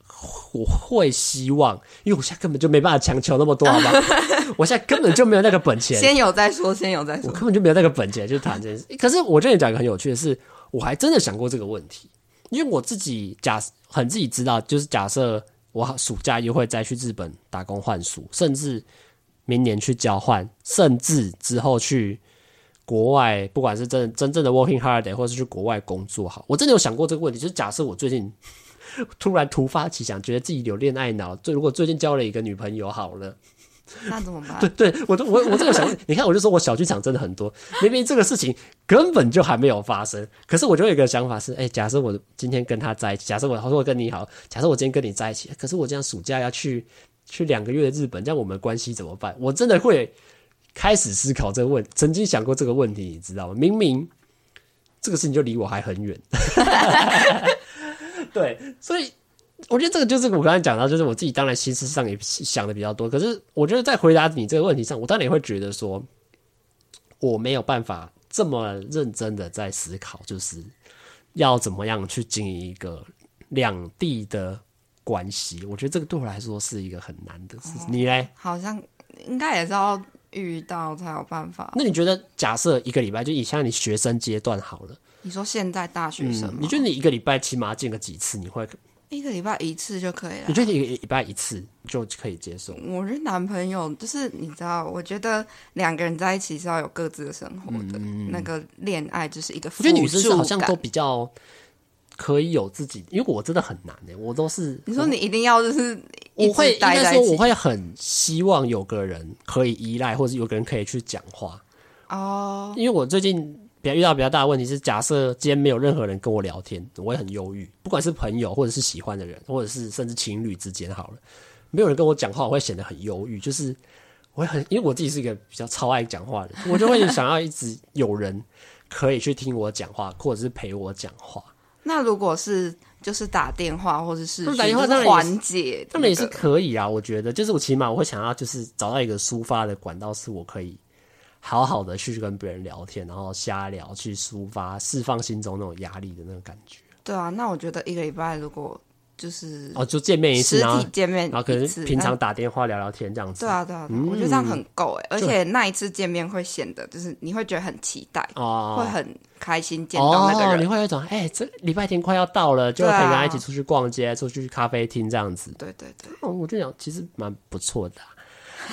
Speaker 1: 我会希望，因为我现在根本就没办法强求那么多，好吧？ 我现在根本就没有那个本钱，
Speaker 2: 先有再说，先有再
Speaker 1: 我
Speaker 2: 说。
Speaker 1: 根本就没有那个本钱去谈这件事。可是我跟你讲一个很有趣的是，我还真的想过这个问题，因为我自己假很自己知道，就是假设我暑假又会再去日本打工换宿，甚至明年去交换，甚至之后去国外，不管是真真正的 working holiday，或是去国外工作，好，我真的有想过这个问题。就是假设我最近 突然突发奇想，觉得自己有恋爱脑，最如果最近交了一个女朋友好了。
Speaker 2: 那怎么办？
Speaker 1: 对我都我我这个想，你看我就说我小剧场真的很多，明明这个事情根本就还没有发生，可是我就有一个想法是，哎、假设我今天跟他在一起，假设我好说我跟你好，假设我今天跟你在一起，可是我这样暑假要去去两个月的日本，这样我们关系怎么办？我真的会开始思考这个问，曾经想过这个问题，你知道吗？明明这个事情就离我还很远。 对，所以我觉得这个就是我刚才讲到，就是我自己当然心思上也想的比较多，可是我觉得在回答你这个问题上，我当然也会觉得说，我没有办法这么认真的在思考，就是要怎么样去经营一个两地的关系。我觉得这个对我来说是一个很难的事。你嘞？
Speaker 2: 好像应该也是要遇到才有办法。
Speaker 1: 那你觉得，假设一个礼拜，就以像你学生阶段好了，
Speaker 2: 你说现在大学生吗？
Speaker 1: 嗯你觉得你一个礼拜起码见个几次，你会？
Speaker 2: 一个礼拜一次就可以了
Speaker 1: 你。觉得一个礼拜一次就可以接受？
Speaker 2: 我是男朋友，就是你知道，我觉得两个人在一起是要有各自的生活的，那个恋爱就是一
Speaker 1: 嗯
Speaker 2: 个
Speaker 1: 我
Speaker 2: 辅
Speaker 1: 觉
Speaker 2: 助
Speaker 1: 得
Speaker 2: 感。
Speaker 1: 女生好像都比较可以有自己，因为我真的很难哎、我都是
Speaker 2: 你说你一定要就是一
Speaker 1: 我
Speaker 2: 直
Speaker 1: 会应
Speaker 2: 待
Speaker 1: 该
Speaker 2: 在
Speaker 1: 说
Speaker 2: 一
Speaker 1: 我
Speaker 2: 起
Speaker 1: 会很希望有个人可以依赖，或者有个人可以去讲话。
Speaker 2: 哦，
Speaker 1: 因为我最近比较遇到比较大的问题是，假设今天没有任何人跟我聊天，我会很忧郁，不管是朋友或者是喜欢的人，或者是甚至情侣之间好了，没有人跟我讲话，我会显得很忧郁，就是我会很，因为我自己是一个比较超爱讲话的人，我就会想要一直有人可以去听我讲话，或者是陪我讲话。
Speaker 2: 那如果是就是打电话或者是
Speaker 1: 那打电话
Speaker 2: 就是
Speaker 1: 当然也是
Speaker 2: 缓解、
Speaker 1: 他们也是可以啊，我觉得，就是我起码我会想要，就是找到一个抒发的管道，是我可以好好的去跟别人聊天，然后瞎聊，去抒发、释放心中那种压力的那种感觉。
Speaker 2: 对啊。那我觉得一个礼拜如果就是
Speaker 1: 哦，就见面一次，
Speaker 2: 实
Speaker 1: 然后
Speaker 2: 体见面
Speaker 1: 然后可
Speaker 2: 一
Speaker 1: 能
Speaker 2: 次，
Speaker 1: 平
Speaker 2: 那
Speaker 1: 常打电话聊聊天这样子。嗯
Speaker 2: 对啊对啊，对啊我觉得这样很够哎、而且那一次见面会显得就是你会觉得很期待，会
Speaker 1: 哦。
Speaker 2: 很开心见到那个
Speaker 1: 哦，
Speaker 2: 人。
Speaker 1: 你会有一种哎、这礼拜天快要到了，就可以
Speaker 2: 对啊
Speaker 1: 跟他一起出去逛街，出去咖啡厅这样子。
Speaker 2: 对对对，
Speaker 1: 哦，我就想其实蛮不错的啊、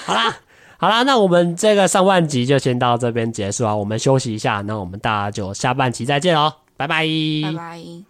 Speaker 1: 好啦，好啦，那我们这个上半集就先到哦这边结束啊，我们休息一下，那我们大家就下半集再见喽，拜拜
Speaker 2: 拜拜。